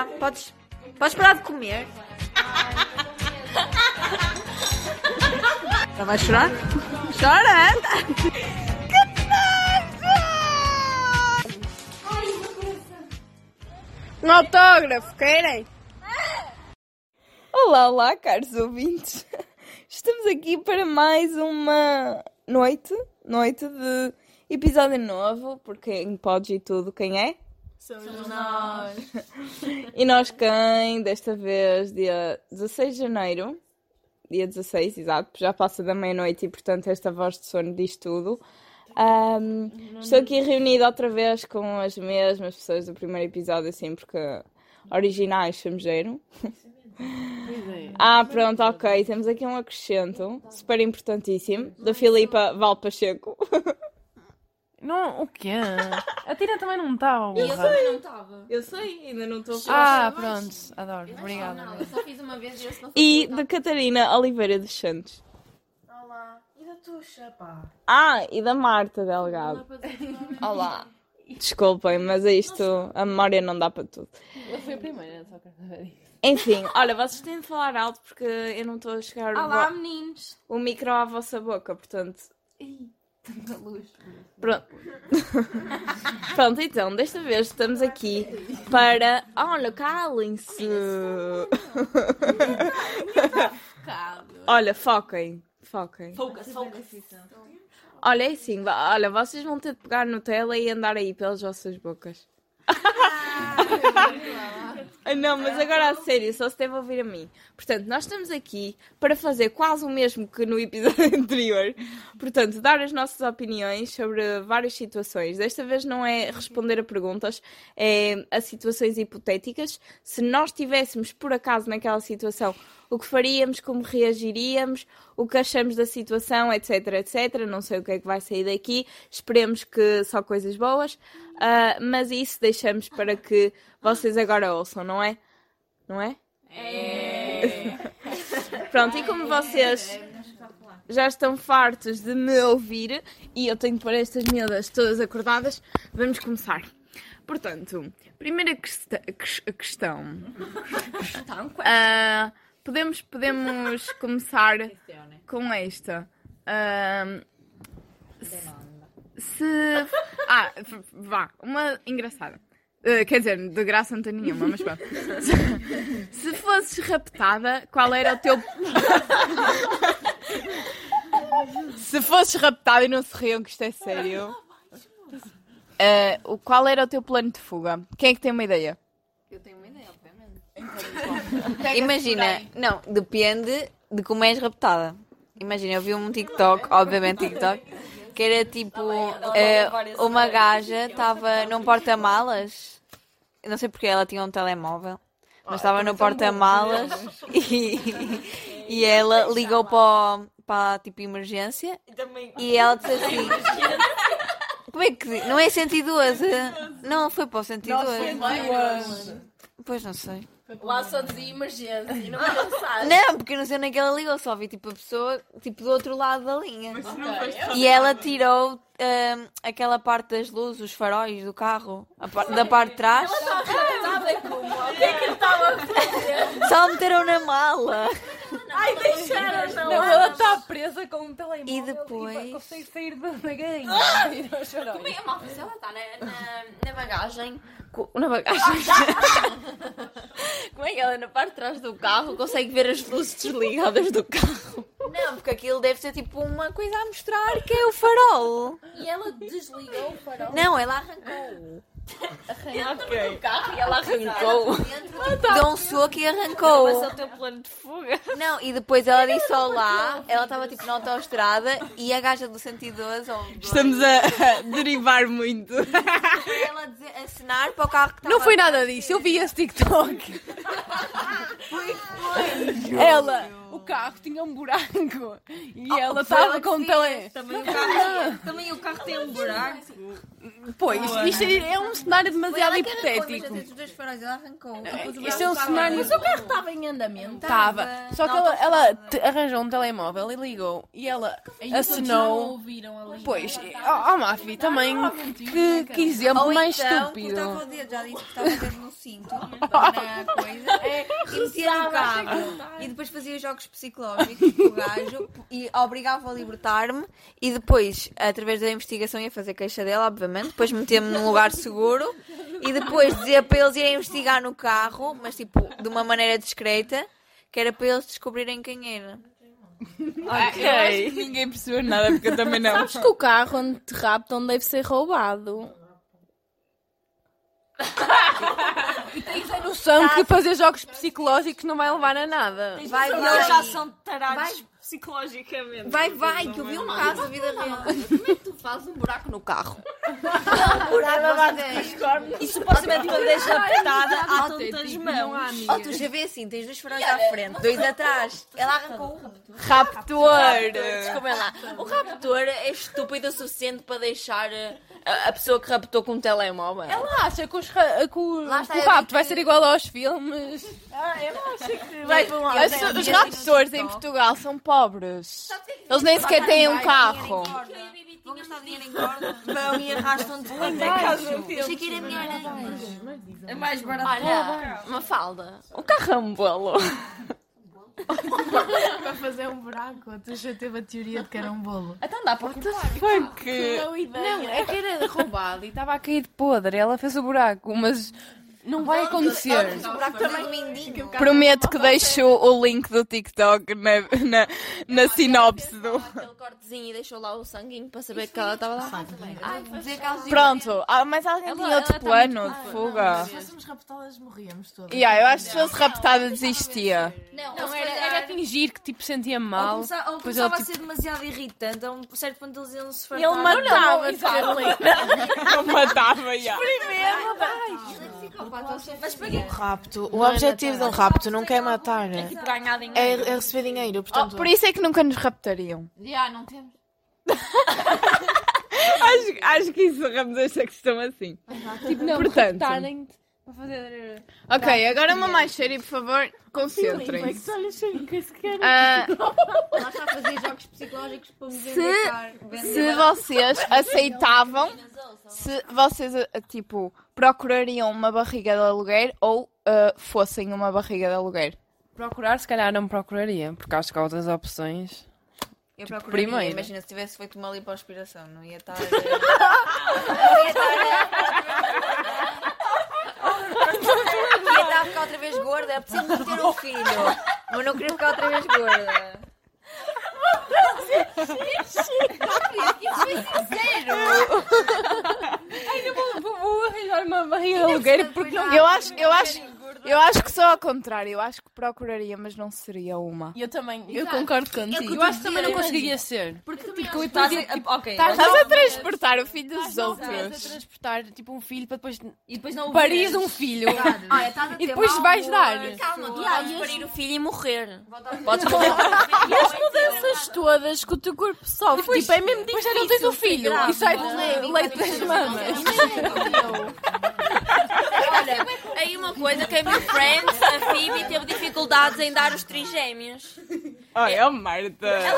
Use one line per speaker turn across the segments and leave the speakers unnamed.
Ah, Podes, podes parar de comer? Já vais chorar? Chora!
Um autógrafo, querem? Olá, olá, caros ouvintes. Estamos aqui para mais uma noite, noite de episódio novo, porque em pods e tudo, quem é? Somos nós. E nós quem, desta vez, dia 16 de janeiro, dia 16, exato, já passa da meia-noite e, portanto, esta voz de sono diz tudo. Ahm, estou aqui reunida outra vez com as mesmas pessoas do primeiro episódio, assim, porque originais somos gero. Ah, pronto, ok. Temos aqui um acrescento super importantíssimo da Filipa Valpacheco.
Não, o quê? A Tina também não está, honra.
Eu não estava.
Eu sei, ainda não estou
Ah, pronto, adoro, obrigada.
né?
Não, eu só fiz uma vez e eu se não
E da Catarina Oliveira dos Santos.
Olá. E da tuxa, pá.
Ah, e da Marta Delgado. Olá. Desculpem, mas é isto, a memória não dá para tudo.
Eu fui a primeira, só quero saber isso.
Enfim, olha, vocês têm de falar alto porque eu não estou a chegar o
Olá,
vo-
meninos.
o micro à vossa boca, portanto,
Tanta luz.
Pronto. Pronto, então, desta vez estamos aqui para. Ah, Olha, calem-se! Olha,
um
foquem. Foquem.
Poucas, poucas.
Olha, é assim, vá- olha, vocês vão ter de pegar Nutella e andar aí pelas vossas bocas. Ah, Não, mas agora a sério, só se deve ouvir a mim. Portanto, nós estamos aqui para fazer quase o mesmo que no episódio anterior. Portanto, dar as nossas opiniões sobre várias situações. Desta vez não é responder a perguntas, é a situações hipotéticas. Se nós estivéssemos por acaso naquela situação, o que faríamos, como reagiríamos, o que achamos da situação, etc, etc. Não sei o que é que vai sair daqui. Esperemos que só coisas boas. Ah, mas isso deixamos para que vocês agora ouçam, não é? Não é? Pronto, e como vocês já estão fartos de me ouvir e eu tenho por estas miúdas todas acordadas, vamos começar. Portanto, primeira questa- ques- questão. Ah, podemos, podemos começar com esta. Ah, se. Ah, v- vá, uma engraçada. Eh, quer dizer, de graça não tem nenhuma, mas pronto. Se fosses raptada, qual era o teu. se fosses raptada, e não se riam que isto é sério. Eh, o- qual era o teu plano de fuga? Quem é que tem uma ideia?
Eu tenho uma ideia, obviamente.
Imagina, não, depende de como és raptada. Imagina, eu vi um TikTok, obviamente TikTok, que era tipo eh, uma gaja estava num porta-malas, não sei porque ela tinha um telemóvel, mas
Ah,
estava no
um
porta-malas e, e ela ligou para, o- para tipo emergência e ela disse assim. Como é que diz? Não é 112? Não, foi para o 112. Pois não sei.
Lá só dizia emergência e não pensar.
Não, porque eu não sei onde é que ela ligou, só vi tipo a pessoa tipo do outro lado da linha. E ela tirou hum, aquela parte das luzes, os faróis do carro, a par- da parte de trás.
Nada como. O que é que eu estava a fazer?
Só meteram na mala.
Ai, deixaram não.
Ela está presa com um telemóvel
E depois-
e Ah! consegue sair da da galinha. Sair aos
Como
faróis.
é a malta? Se ela está na, na, na bagagem.
Co- Na bagagem. Como é que ela na parte de trás do carro consegue ver as luzes desligadas do carro? Não, porque aquilo deve ser tipo uma coisa a mostrar que é o farol.
E ela desligou o farol.
Não, ela arrancou.
Dentro do carro e ela
Arrancou.
dentro.
Deu um soco e arrancou.
é o teu plano de fuga.
Não, e depois ela disse olá, ela estava tipo na autoestrada e a gaja do 112 ou
Estamos a, a derivar muito.
foi ela a dizer, a acenar para o carro que estava.
Não foi nada disso, eu vi esse TikTok.
Foi, foi.
Ela, o carro tinha um buraco e ela estava com o tele.
Também o carro, também o carro tem um buraco.
Pois, isto é, é um cenário demasiado hipotético.
Os dois faróis, ela arrancou.
Então,
Isto é um cenário.
Mas o carro estava em andamento.
Estava. Só que ela, ela te- arranjou um telemóvel e ligou. E ela
Não
assinou.
ouviram ali.
Pois, ó oh, Mafi, também. Que, que exemplo
Ou
É mais
então,
estúpido.
cortava o dedo, já disse que estava o dedo no cinto,
é
na coisa, e metia no carro. E depois fazia jogos psicológicos com o gajo
E obrigava a libertar-me e depois, através da investigação, ia fazer queixa dela, obviamente, depois meter-me num lugar seguro e depois dizer para eles irem investigar no carro, mas tipo, de uma maneira discreta, que era para eles descobrirem quem era.
Ninguém percebeu nada porque eu também não.
Acho que o carro onde te raptam deve ser roubado.
Tem noção
tá.
que fazer jogos psicológicos não vai levar a nada.
Vai,
Eles
vai,
já
são
Vai.
tarados psicologicamente. Vai, vai, que eu vi um caso da vida real.
Tu fazes um buraco no carro.
E supostamente quando és raptada, há tantas
Tipo,
mãos. Oh, tu já vê assim, tens dois faróis à frente, dois atrás. Ela arrancou um.
Raptor!
Desculpem lá. O raptor é estúpido o suficiente para deixar eh, a, a pessoa que raptou com um telemóvel.
Ela acha que, os ra- que o,
Lá está,
que o
eu
rapto
vi
vai
que-
ser igual aos filmes. Ah,
Vai para um lado.
As- os raptores em Portugal são pobres. Eles nem sequer têm um carro.
Vão gastar dinheiro em corda.
Vão e um arrastam de volta.
Achei que era minha aranha.
É mais barato.
Olha, uma falda.
O carro é um bolo.
Para fazer um buraco, tu já teve a teoria de que era um bolo.
Então dá para cortar.
Não, é que era roubado e estava a cair podre. Ela fez o buraco, mas não vai acontecer.
um
Prometo que deixo o link do TikTok na, na, na
é
sinopse do.
Aquele cortezinho e deixou lá o sanguinho para saber que ela estava lá.
é.
Pronto, ah, mas alguém tinha
tá
outro plano de fuga. Se fôssemos raptadas, morríamos
todas.
Yeah, eu acho que se fosse raptada, desistia.
Não, era,
é.
era fingir que tipo sentia mal.
Ou
Depois ele
começava a
tipo.
ser demasiado irritante, a um certo ponto eles iam se fartar.
Ele matava
Não matava, yeah.
é
O rapto,
é
o objetivo de um rapto não quer matar. É
Ganhar dinheiro.
receber dinheiro,
Oh, por isso é que nunca nos raptariam.
Já, não temos.
Acho, acho que encerramos esta questão assim.
Tipo, não,
Portanto.
raptarem-te para fazer.
Ok,
Tá.
agora uma mais séria, por favor, concentrem-se.
é
Ah,
Lá está a fazer jogos psicológicos para me
Se-
vender.
se vocês aceitavam, se vocês, ah, tipo, procurariam uma barriga de aluguer ou ah, fossem uma barriga de aluguer.
Procurar, se calhar não procuraria, porque acho que há outras opções.
Eu procuro
primeiro.
Imagina se tivesse feito uma lipoaspiração, não ia estar. não ia estar. ia estar a ficar outra vez gorda, é preciso ter um filho. Mas não queria ficar outra vez gorda.
Vou, vou arranjar uma barriga de aluguer porque não.
Eu acho, eu acho, eu acho que sou ao contrário. Eu acho que procuraria, mas não seria uma.
Eu também, eu concordo contigo. Eu acho que também não conseguiria ser.
Porque tipo, estás. Ok,
Estás a transportar o filho dos
Estás a
outros.
transportar tipo um filho para depois
e depois não o
paris
vês.
um filho
Olha, estás a
e
ter
depois
mau
vais
humor.
dar.
Ah,
Calma, tu
Podes parir o filho e morrer.
Mudanças todas que o teu corpo sofre. tipo, é mesmo
Depois já não
um
tens o filho e sai
é?
do
Tipo,
le- leite das mamas.
Olha, aí uma coisa que a minha Friends, a Phoebe, teve dificuldades em dar os trigêmeos. é
Olha, Marta.
é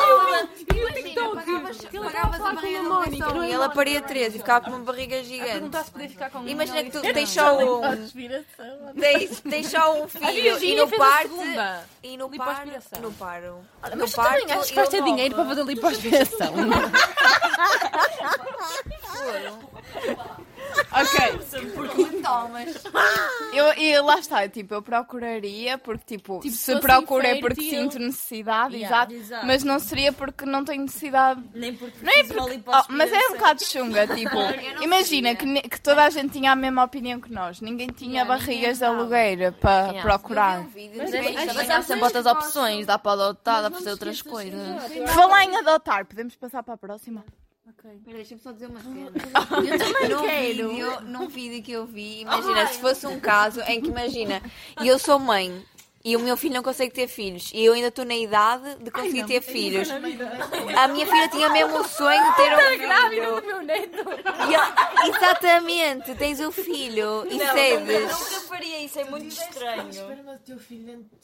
pagavas a barriga numa
E ela paria três e ficava com uma barriga gigante.
é? se poder ficar com
Imagina que tu tens só um. Tens, tens só um filho e no parto. E no parto.
Lipoaspiração.
No paro.
Ah, Mas
No
tu também achas
parto.
que vais ter
ele
dinheiro para fazer lipoaspiração?
Ok. Eu, eu, lá está, tipo, eu procuraria porque, tipo,
Tipo, se
se
fosse
procuro é porque
infértil.
sinto necessidade,
Yeah.
exato, Mas não seria porque não tenho necessidade.
Nem porque
Não é porque... Oh, mas é um bocado chunga, tipo, imagina que, ne- que toda a gente tinha a mesma opinião que nós. Ninguém tinha barrigas de alugueira para
Yeah.
procurar.
Também há sempre outras opções, dá para adotar, dá para fazer outras coisas.
Falar em adotar, podemos passar para a próxima?
Espera, deixa-me só dizer
Ah.
uma cena.
num vídeo, num vídeo que eu vi, imagina, se fosse um caso em que imagina, e eu sou mãe E o meu filho não consegue ter filhos. E eu ainda estou na idade de conseguir ter filhos. A minha filha tinha mesmo o sonho de ter um filho. né? grávida do meu neto. exatamente, tens um filho e cedes.
Nunca faria isso, é muito estranho.
Espera, mas o teu filho dentro de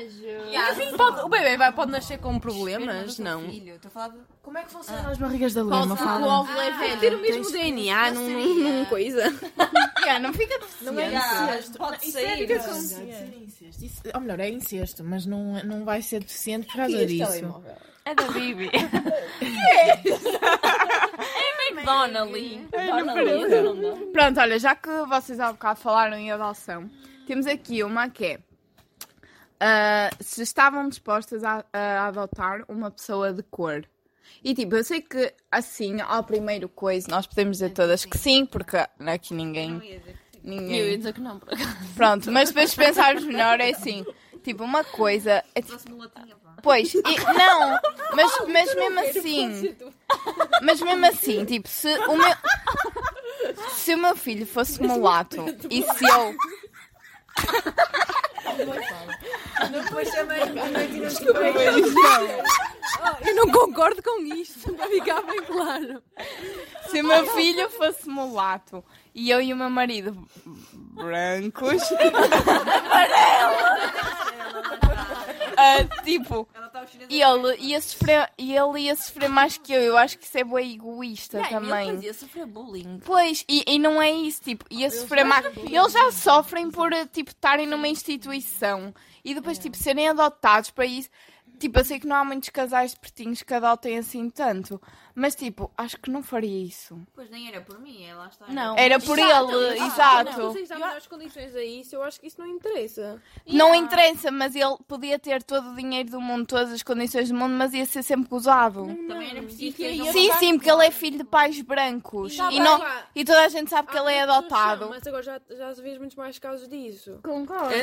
o bebê vai, assim pode nascer com problemas? Não.
assim.
Filho, estou a falar de...
Como é que funcionam as barrigas da
Pode
lema?
porque o óvulo é velho. Ter o mesmo DNA
é
num, num coisa. Yeah, não fica
Não é incesto.
Pode sair.
Não, isso é incesto. Isso- Ou melhor, é incesto, mas não, não vai ser deficiente por causa disso.
É da Bibi.
Donnelly.
Pronto, olha, já que vocês há bocado falaram em adoção, temos aqui uma que é. ah, se estavam dispostas a, a adotar uma pessoa de cor. E tipo, eu sei que assim, ao primeiro coisa, nós podemos dizer todas que sim, porque aqui ninguém.
Eu ia
Ninguém.
dizer que não, por acaso.
Pronto, mas depois pensarmos melhor é assim. Tipo, uma coisa. É, tipo, pois, e- não, mas, mas mesmo assim. Mas mesmo assim, tipo, se o meu. Se o meu filho fosse mulato e se eu.
Eu não concordo com isto, para ficar bem claro.
Se o meu filho fosse mulato e eu e o meu marido brancos. Ah, tipo,
tá
e ele, ia sofrer, e ele ia sofrer mais que eu. Eu acho que isso é bem egoísta também.
Ia sofrer bullying.
Pois, e, e não é isso, tipo, ia sofrer mais. Eles já sofrem por, tipo, estarem numa instituição e depois,
É.
tipo, serem adotados para isso. Tipo, eu sei que não há muitos casais de pertinhos que adotem assim tanto, mas, tipo, acho que não faria isso.
Pois nem era por mim, ela está.
Não.
Era por ele, exato.
Vocês sabem as condições a isso, eu acho que isso não interessa.
Não interessa, mas ele podia ter todo o dinheiro do mundo, todas as condições do mundo, mas ia ser sempre gozado.
Também era preciso que
aí
sejam-
Sim, sim, porque ele é filho de pais brancos
Tá
e,
bem,
não,
pá.
e toda a gente
Ah,
sabe que
Há
ele é
muitas pessoas
adotado.
são, Mas agora já, já se vês muitos mais casos disso.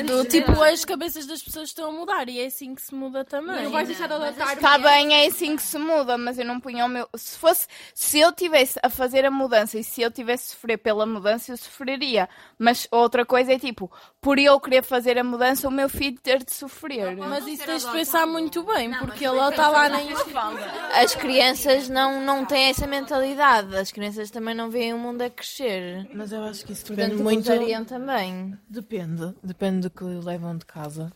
Do tipo, as cabeças das pessoas estão a mudar e é assim que se muda também. é?
não vais deixar de adotar.
Está bem, é assim que se muda, mas eu não punha o meu. Se fosse, se eu tivesse a fazer a mudança e se eu tivesse a sofrer pela mudança, eu sofreria. Mas outra coisa é tipo, por eu querer fazer a mudança, o meu filho ter de sofrer.
Mas isso tens de pensar muito bem, porque ele está lá na escola.
As crianças não, não têm essa mentalidade. As crianças também não veem o mundo a crescer.
Mas eu acho que isso depende
Portanto,
muito.
gozariam também.
Depende. Depende do que levam de casa.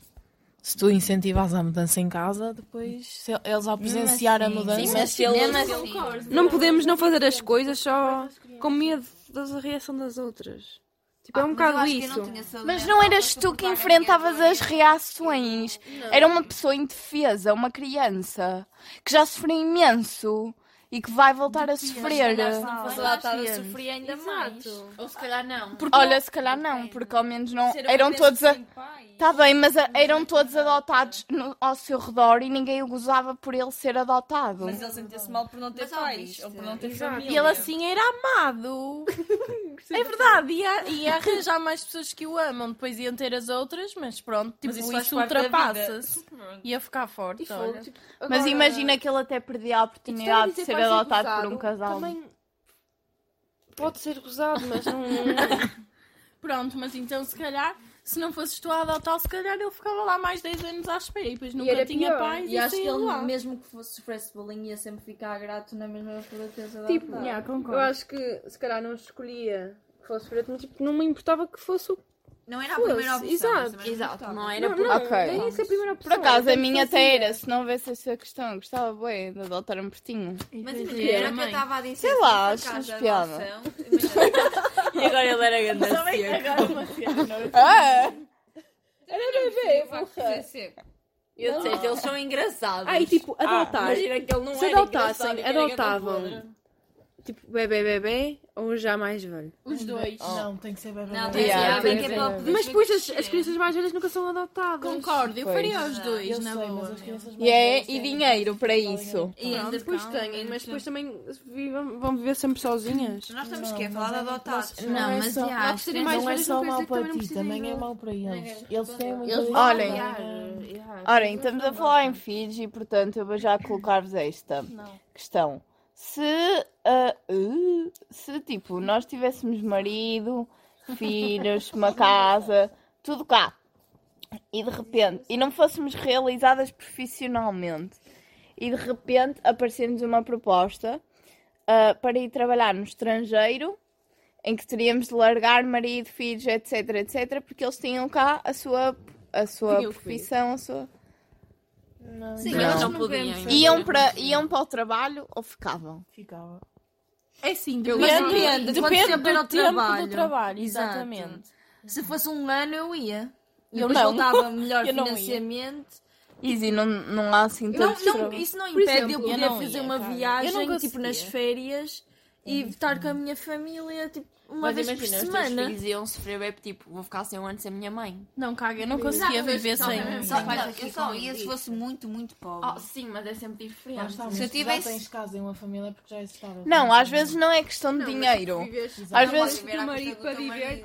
Se tu incentivas a mudança em casa, depois se eles ao presenciar a mudança.
Não podemos não fazer as coisas só com medo da reação das outras. Tipo, é um
Mas eu
bocado
acho que eu
isso.
não tinha saúde
Mas
mental
não
para
eras tu que
suportar a minha
enfrentavas
dor.
as reações. Era uma pessoa indefesa, uma criança, que já sofreu imenso e que vai voltar a sofrer.
Mas lá está a sofrer ainda mais.
Ou se calhar não.
Olha, se calhar não, porque ao menos não. Eram todos a. Tá bem, mas a- eram todos adotados no- ao seu redor e ninguém o gozava por ele ser adotado.
Mas ele sentia-se mal por não ter
Mas já
pais.
viste.
Ou por não ter família.
E ele assim era amado. É verdade, ia, ia arranjar mais pessoas que o amam, depois iam ter as outras, mas pronto, tipo,
Mas isso
isso,
faz parte da
ultrapassa-se. Ia ficar forte, olha.
Mas imagina que ele até perdia a oportunidade de ser adotado por um casal.
Pode ser gozado, mas não.
Pronto, mas então se calhar, se não fosses tu a adotar, se calhar eu ficava lá mais 10 anos à espera e depois nunca
era
tinha
pior.
pais e, assim.
E acho que
saía
ele,
lá.
mesmo que fosse sofresse bullying, ia sempre ficar grato na mesma pela terça
Tipo,
da
Yeah,
eu
concordo.
acho que se calhar não escolhia que fosse preto, mas tipo, não me importava que fosse o
Não era a primeira
Fosse,
opção. mas
exato,
também não
Exato,
gostava.
não era
Não,
por
não,
Ok.
nem essa é a primeira opção.
Por acaso, a
Tanto
minha
fazia.
até era, se não houvesse essa questão, gostava bem de adotar um pertinho.
Mas imagina, era o que eu
mãe.
estava a dizer.
Sei lá,
se fosse
acho
a
piada.
adoção, imagina-
E agora ele era grande.
é
Ah!
Eu vou fazer seco.
Eu sei, eles são engraçados.
Ah, e tipo, adotar.
Imagina que ele não
se
era engraçado e
adotassem,
que era
adotavam. Tipo, bebê, bebê ou já mais velho.
Os dois.
Não, tem que ser bebê.
Não,
Não,
tem que
Yeah,
ser alguém que é para poderes
Mas
ver
depois as,
crescer.
as crianças mais velhas nunca são adotadas.
Concordo, eu faria os dois,
eu
na
sei,
boa.
mas as crianças
E, é, e dinheiro para isso.
E ainda
Depois
é
têm, mas depois também vivam- vão viver sempre sozinhas.
Nós estamos que falar de adotados.
Não, é
mas
só,
já, as
mais
não é
velhas não
só
quer
mal
dizer que
para
também não
ti, também é
precisem
mal para eles. Eles têm muito.
Olhem. Orem, estamos a falar em filhos e, portanto, eu vou já colocar-vos esta questão. Se, ah, uh, se, tipo, nós tivéssemos marido, filhos, uma casa, tudo cá, e de repente, e não fôssemos realizadas profissionalmente, e de repente aparecemos uma proposta ah, para ir trabalhar no estrangeiro, em que teríamos de largar marido, filhos, etc, etc, porque eles tinham cá a sua, a sua profissão, a sua...
Sim,
Não.
eles não,
Não
podiam.
Iam para, iam para o trabalho ou ficavam?
Ficava.
É sim,
Mas
depende,
depende,
depende, de quanto
depende
tempo
do
era o
tempo do
trabalho.
trabalho,
Exato.
exatamente.
Se fosse um ano, eu ia.
Eu
Depois
não.
voltava melhor
Eu não ia.
financeiramente.
Easy, não, não há assim
Não,
tantos
não,
trabalhos.
isso não
Por
impede
exemplo,
eu poder
eu não
fazer
ia,
uma
cara. Eu
viagem,
não
tipo,
conseguia. Uhum.
nas férias e estar com a minha família, tipo, uma
Mas
vez por
imagina, os teus
semana.
filhos iam sofrer bem, tipo, vou ficar sem um ano sem a minha mãe.
Não, caga, eu não
conseguia viver sem-
Só,
Sim.
não, eu só ia se fosse muito, muito pobre.
Oh, sim, mas é sempre
Lá
diferente.
está, mas
Se eu
tu
tivesse-
já tens casa e uma família é porque já és estável.
Não, às vezes não é questão de dinheiro. Às vezes.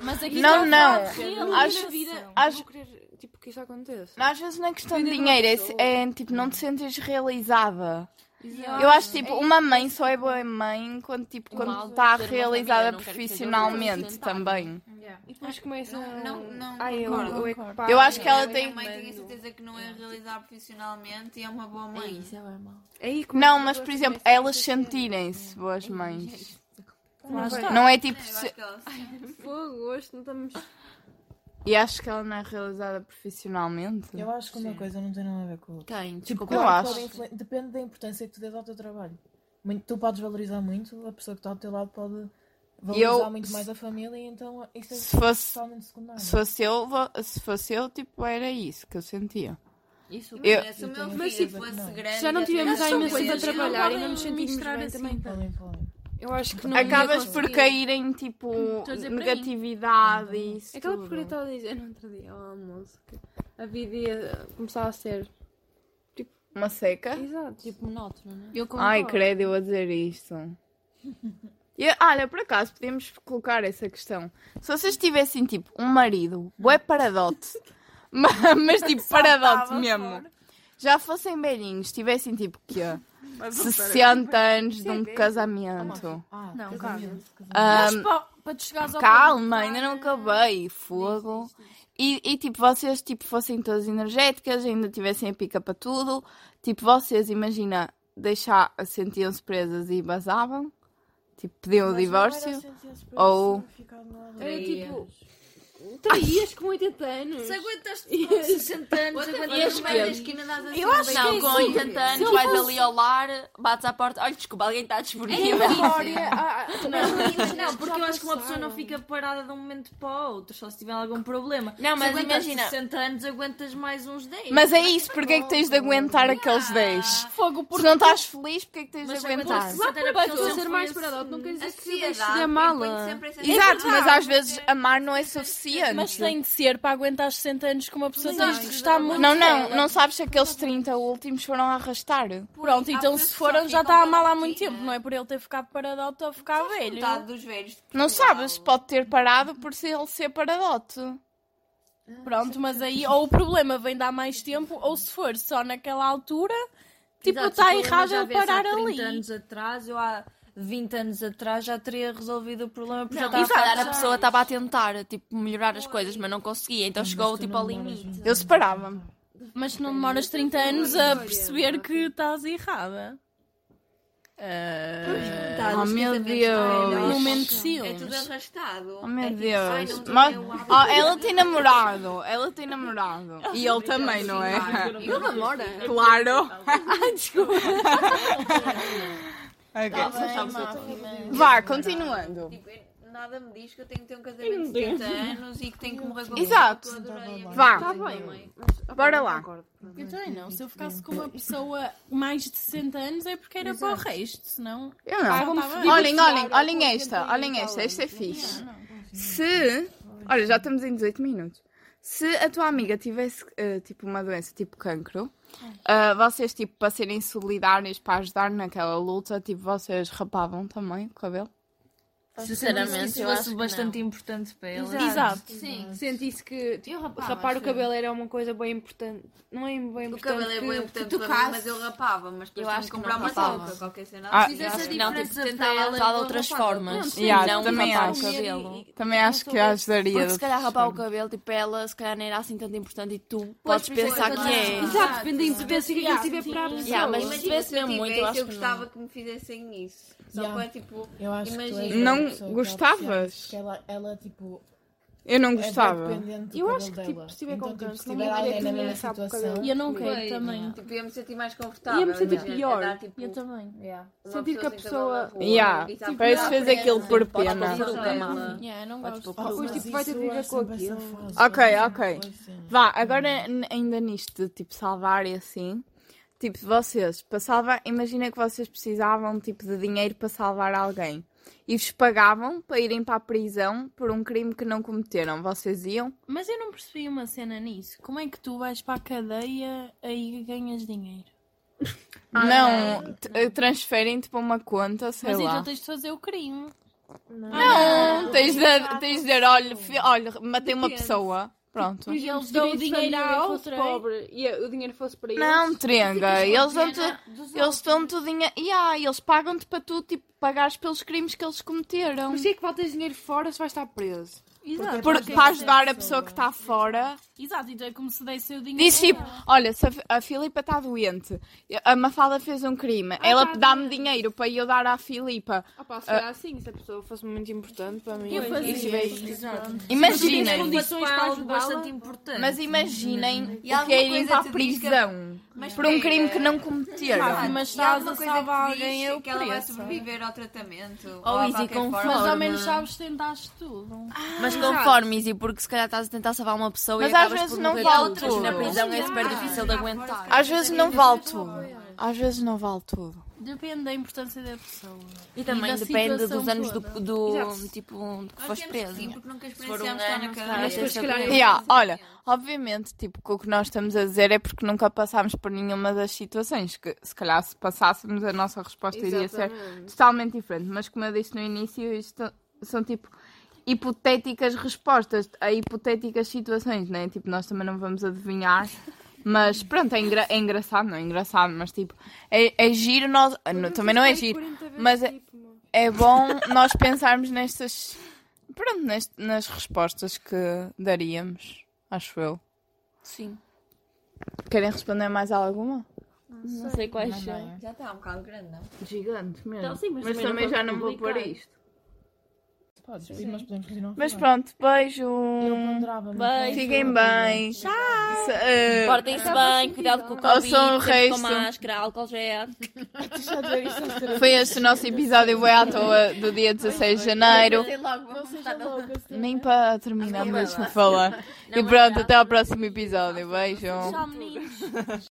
Mas aqui
Não, não.
Acho
Acho-
que vida.
acho-
Vou querer, tipo, que isso aconteça.
Às vezes não é questão de
Vida de uma
dinheiro, é,
pessoa.
é, tipo, não te sentes realizada. Eu acho tipo, uma mãe só é boa mãe quando tipo, quando
Mal
está
ser uma
realizada
família, não quero que seja
profissionalmente
representada.
também.
E depois começa.
Não, não, não.
Ai, eu,
concordo.
eu, é que pá,
Eu acho que ela
A minha
tem-
mãe tem a certeza que não é realizar profissionalmente e é uma boa
É
mãe.
isso, é normal.
Aí é começa
Não, mas
a
por exemplo,
começa a
elas
crescer.
sentirem-se boas mães.
Lá está.
Não é tipo.
Eu
se-
acho que ela-
Fogo, hoje não estamos.
E acho que ela não é realizada profissionalmente.
Eu acho que uma coisa não tem nada a ver com a outra.
Quem?
Tipo,
Desculpa.
eu
claro que
acho.
pode influ- Depende da importância que tu dês ao teu trabalho. Muito- Tu podes valorizar muito, a pessoa que está ao teu lado pode valorizar
Eu-
muito mais a família, e então isso é
Se fosse-
totalmente secundário.
Se fosse eu, va- se fosse eu, tipo, era isso que eu sentia.
Isso.
Imagina, se o
Eu
meu
tenho
filho
certeza que
fosse
não.
grande.
Já não tivemos
Mas
há
são
imenso tempo a
coisas que não
trabalhar e não nos
podem
sentimos
mostrar
bem
assim.
também.
Podem, podem.
Eu acho que não.
Acabas
ia
por
conseguir.
cair em tipo
Estou a dizer para mim.
negatividade e isso.
Aquela
tudo.
porcaria que estava a dizer no outro dia, ao almoço, que a vida ia começar a ser.
Uma seca?
Exato.
Tipo, monótono, não é?
Eu concordo.
Ai, credo, eu a dizer isto. E, olha, por acaso, podemos colocar essa questão. Se vocês tivessem, tipo, um marido, bué paradote, ma- mas, tipo, paradote mesmo, já fossem velhinhos, tivessem, tipo, que 60 anos de um casamento.
Ah,
Não,
casamento, casamento.
Ahm,
Mas para, para tu chegares ao
Calma, ainda não acabei. Fogo. E, e, tipo, vocês tipo, fossem todas energéticas, ainda tivessem a pica para tudo. Tipo, vocês, imagina, deixar, sentiam-se presas e basavam. Tipo, pediam o
Mas não era assim
divórcio.
sentir-se
ou-
significado nada.
Era tipo. Traías com 80 anos.
Se aguentaste
tipo,
com 60 anos, aguentaste no meio da esquina das assim.
Eu acho não,
que
com
sim.
80 anos
eu
vais ali ao lar, bates à porta, olha, desculpa, alguém está disponível.
Mas, mas não, porque eu acho que uma pessoa não fica parada de um momento para o outro, só se tiver algum problema.
Não, mas
se aguentas
imagina-
60 anos, aguentas mais uns 10.
Mas é isso, porque é que tens de aguentar aqueles 10?
Fogo por
Se não estás feliz, porque é que tens
Mas
de
se aguentas
aguentar?
60 era
Para
porque eles
tu ser
são
mais
por esse-
parado, não quer
A
dizer que deixes de
sociedade impõe
amá-la.
sempre essa Tipo,
Exato, mas às vezes amar não é suficiente.
Mas tem de ser para aguentar 60 anos que uma pessoa tens de gostar muito.
Não, não,
dela.
não sabes se aqueles 30 últimos foram a arrastar.
Ah,
Pronto, então se foram já está a mal há muito tempo, não é por ele ter ficado paradoto ou ficar velho.
Metade dos velhos. tipo, ah, de
Não
Portugal.
sabes, pode ter parado por se ele ser paradote.
Pronto, mas aí ou o problema vem dar mais tempo, ou se for só naquela altura, tipo,
Exato,
está
o problema
errado
já
ele
viesse
parar
há 30
ali.
anos atrás, eu há 20 anos atrás já teria resolvido o problema porque
Não,
já
e se
estava
calhar a pessoa estava a tentar tipo, melhorar as coisas, mas não conseguia, então chegou tipo ao limite.
Eu separava-me.
Mas não demoras 30 anos a perceber que estás errada.
Tá,
Oh meu
Não
Deus.
É tudo
mencionas.
arrastado.
um Oh
É
meu
tipo,
Ai,
Deus.
não tenho
Mas-
eu hábito.
Oh, ela tem namorado. Ela tem namorado. E ele também, não é?
Ele namora.
Claro. Ai, desculpa. Ok. Vá, continuando.
Tipo, eu- Nada me diz que eu tenho que ter um casamento de 70 anos e que tenho que morrer com a
Exato.
pessoa que eu adorei a minha
Vá.
vida.
Tá Bora lá.
Eu também não. Se eu ficasse com uma pessoa mais de 60 anos é porque era para o resto, senão.
Eu não.
vou-me foder.
Olhem, olhem, olhem esta, olhem esta, esta é fixe. Se. Olha, já estamos em 18 minutos. Se a tua amiga tivesse eh, tipo uma doença tipo cancro,
É.
ah, vocês tipo para serem solidários para ajudar naquela luta, tipo vocês rapavam também o cabelo?
Sinceramente,
eu acho
fosse
que
bastante
não.
importante para ela.
Exato.
Sim.
Sentisse que
Ah,
tipo,
Eu rapava,
rapar o
sim.
cabelo era uma coisa bem importante. Não é bem importante.
O cabelo é
que-
bem
que
importante
tu
para mim,
casses.
mas eu rapava, mas depois
Eu
tinha
acho
que
que
comprar
não
uma
rapava.
touca, qualquer cena.
Ah,
assim.
eu acho
que não, tipo, tentar
ela é
usar de
não
outras
rapava.
formas.
Não,
Yeah,
não
também
rapar
acho.
o cabelo.
Também acho que ajudaria.
Porque
de
se calhar
outras
rapar o
formas.
cabelo, tipo, ela se calhar nem era assim tanto importante e tu
Pois,
podes
por isso é
pensar que é.
Exato, depende da importância que aquilo tiver para a pessoa.
Yeah, mas se
Imagina se
tivesse
eu
mesmo muito, eu
tivesse,
acho
eu
que
gostava
não.
que me fizessem isso. Só
Yeah.
que é tipo,
Eu acho que tu és
imagina.
uma
Não
pessoa que
gostavas?
ela precisa, porque Ela, ela, tipo.
Eu não
é bem
gostava.
dependente do
Eu acho
cabelo
que, tipo,
dela.
se tiver
então,
com
tipo, se
câncer,
tiver
não é ia
alguém na
querer
mesma
comer sapo com cabelo.
situação.
E
Eu não quero
Foi.
também.
Tipo, ia-me sentir mais confortável.
Ia-me sentir
imagina,
pior.
é dar, tipo,
Eu também.
uma
Sentir que a
sem cabelo na
pessoa-
rua,
Yeah.
evitar
Tipo,
Parece
pegar
que fez
pressa.
aquilo por
Podes
pena.
fazer o dela.
Yeah, eu não gosto.
Ah,
Depois,
mas
tipo, vai ter
isso
de
eu
viver
acho
com
sempre essa
aquilo.
fase,
Ok,
essa
ok.
coisa.
Vá, agora n- ainda nisto de tipo salvar e assim. Tipo, vocês, para salvar, imagina que vocês precisavam tipo de dinheiro para salvar alguém e vos pagavam para irem para a prisão por um crime que não cometeram. Vocês iam?
Mas eu não percebi uma cena nisso. Como é que tu vais para a cadeia aí ganhas dinheiro?
não, t- eh, transferem-te para uma conta, sei
Mas
lá.
então tens de fazer o crime. Ah,
Não, tens de, tens de dizer, olha, fi- olha, matei uma pessoa. Pronto.
E eles dão o dinheiro é? à outra.
pobre e o dinheiro fosse para eles.
Não, Trenga,
tipo,
eles dão-te eles dão-te dinheiro. E ah, eles pagam-te para tu tipo, pagares pelos crimes que eles cometeram.
Mas se é que faltas dinheiro fora se vais estar preso?
Exato. é
Por- para ajudar a pessoa que está fora.
Exato, então é como se desse o dinheiro.
Diz tipo, olha, se a, F- a Filipa está doente, a Mafalda fez um crime, ela
tá
dá-me dinheiro para eu dar à Filipa.
Ah pá, se calhar assim, se a pessoa fosse muito importante para mim.
Eu fazia isso.
Imaginem,
condições para
algo
ajudá-la.
bastante
mas imaginem
E
o que é
alguma
irem
coisa
para a
te diz que-
prisão
Mas
por um
espera.
crime que não
Ah,
cometeram.
mas
E há
estás
alguma
a
coisa
salvar
que
alguém, é
diz
eu
que ela vai
preso.
sobreviver ao tratamento.
Oh,
ou a
easy,
qualquer
conforme.
forma.
Mas ao menos
Conforme.
sabes tentaste tudo.
Mas conforme, Izzy, porque se calhar estás a tentar salvar uma pessoa
Mas
e
às
acabas
vezes
por
não
morrer
vale
tu, mas na
tudo.
prisão é
Ah,
super difícil de aguentar.
Às vezes não vale tudo. Às vezes não vale tudo.
Depende da importância da pessoa.
E também
da
depende dos
situação
anos do,
toda.
do tipo de que
Nós
foste
temos que
preso.
sim, porque nunca
for um
experienciamos estar na
ano, se
cadeia.
calhar,
Mas se calhar
é
E há, olha, obviamente, tipo, que o que nós estamos a dizer é porque nunca passámos por nenhuma das situações, que se calhar se passássemos a nossa resposta iria ser totalmente diferente. Mas como eu disse no início, isto são tipo hipotéticas respostas a hipotéticas situações, né? Tipo, nós também não vamos adivinhar. Mas pronto, é, engra- é engraçado, não é engraçado, mas tipo, é, é giro nós. ah, não, também não é giro, mas é, é bom nós pensarmos nestas. Pronto, nest- nas respostas que daríamos, acho eu.
Sim.
Querem responder mais a alguma? é.
Não sei quais são.
Já está um bocado grande, não?
Gigante mesmo.
Então, sim, mas também não
já
vou publicar.
isto.
Podes, mas podemos continuar. a
Mas
falar.
pronto, beijo.
Eu ponderava-me.
Beijo.
Fiquem bem. Tchau.
Portem-se bem, cuidado com o
Ou
Covid,
um
são o
sempre com
resto.
máscara, álcool gel.
Foi este o nosso episódio boi à toa do dia 16 de janeiro. Nem para terminar, me deixa falar. E pronto, até ao próximo episódio. Beijo.
Tchau, meninos.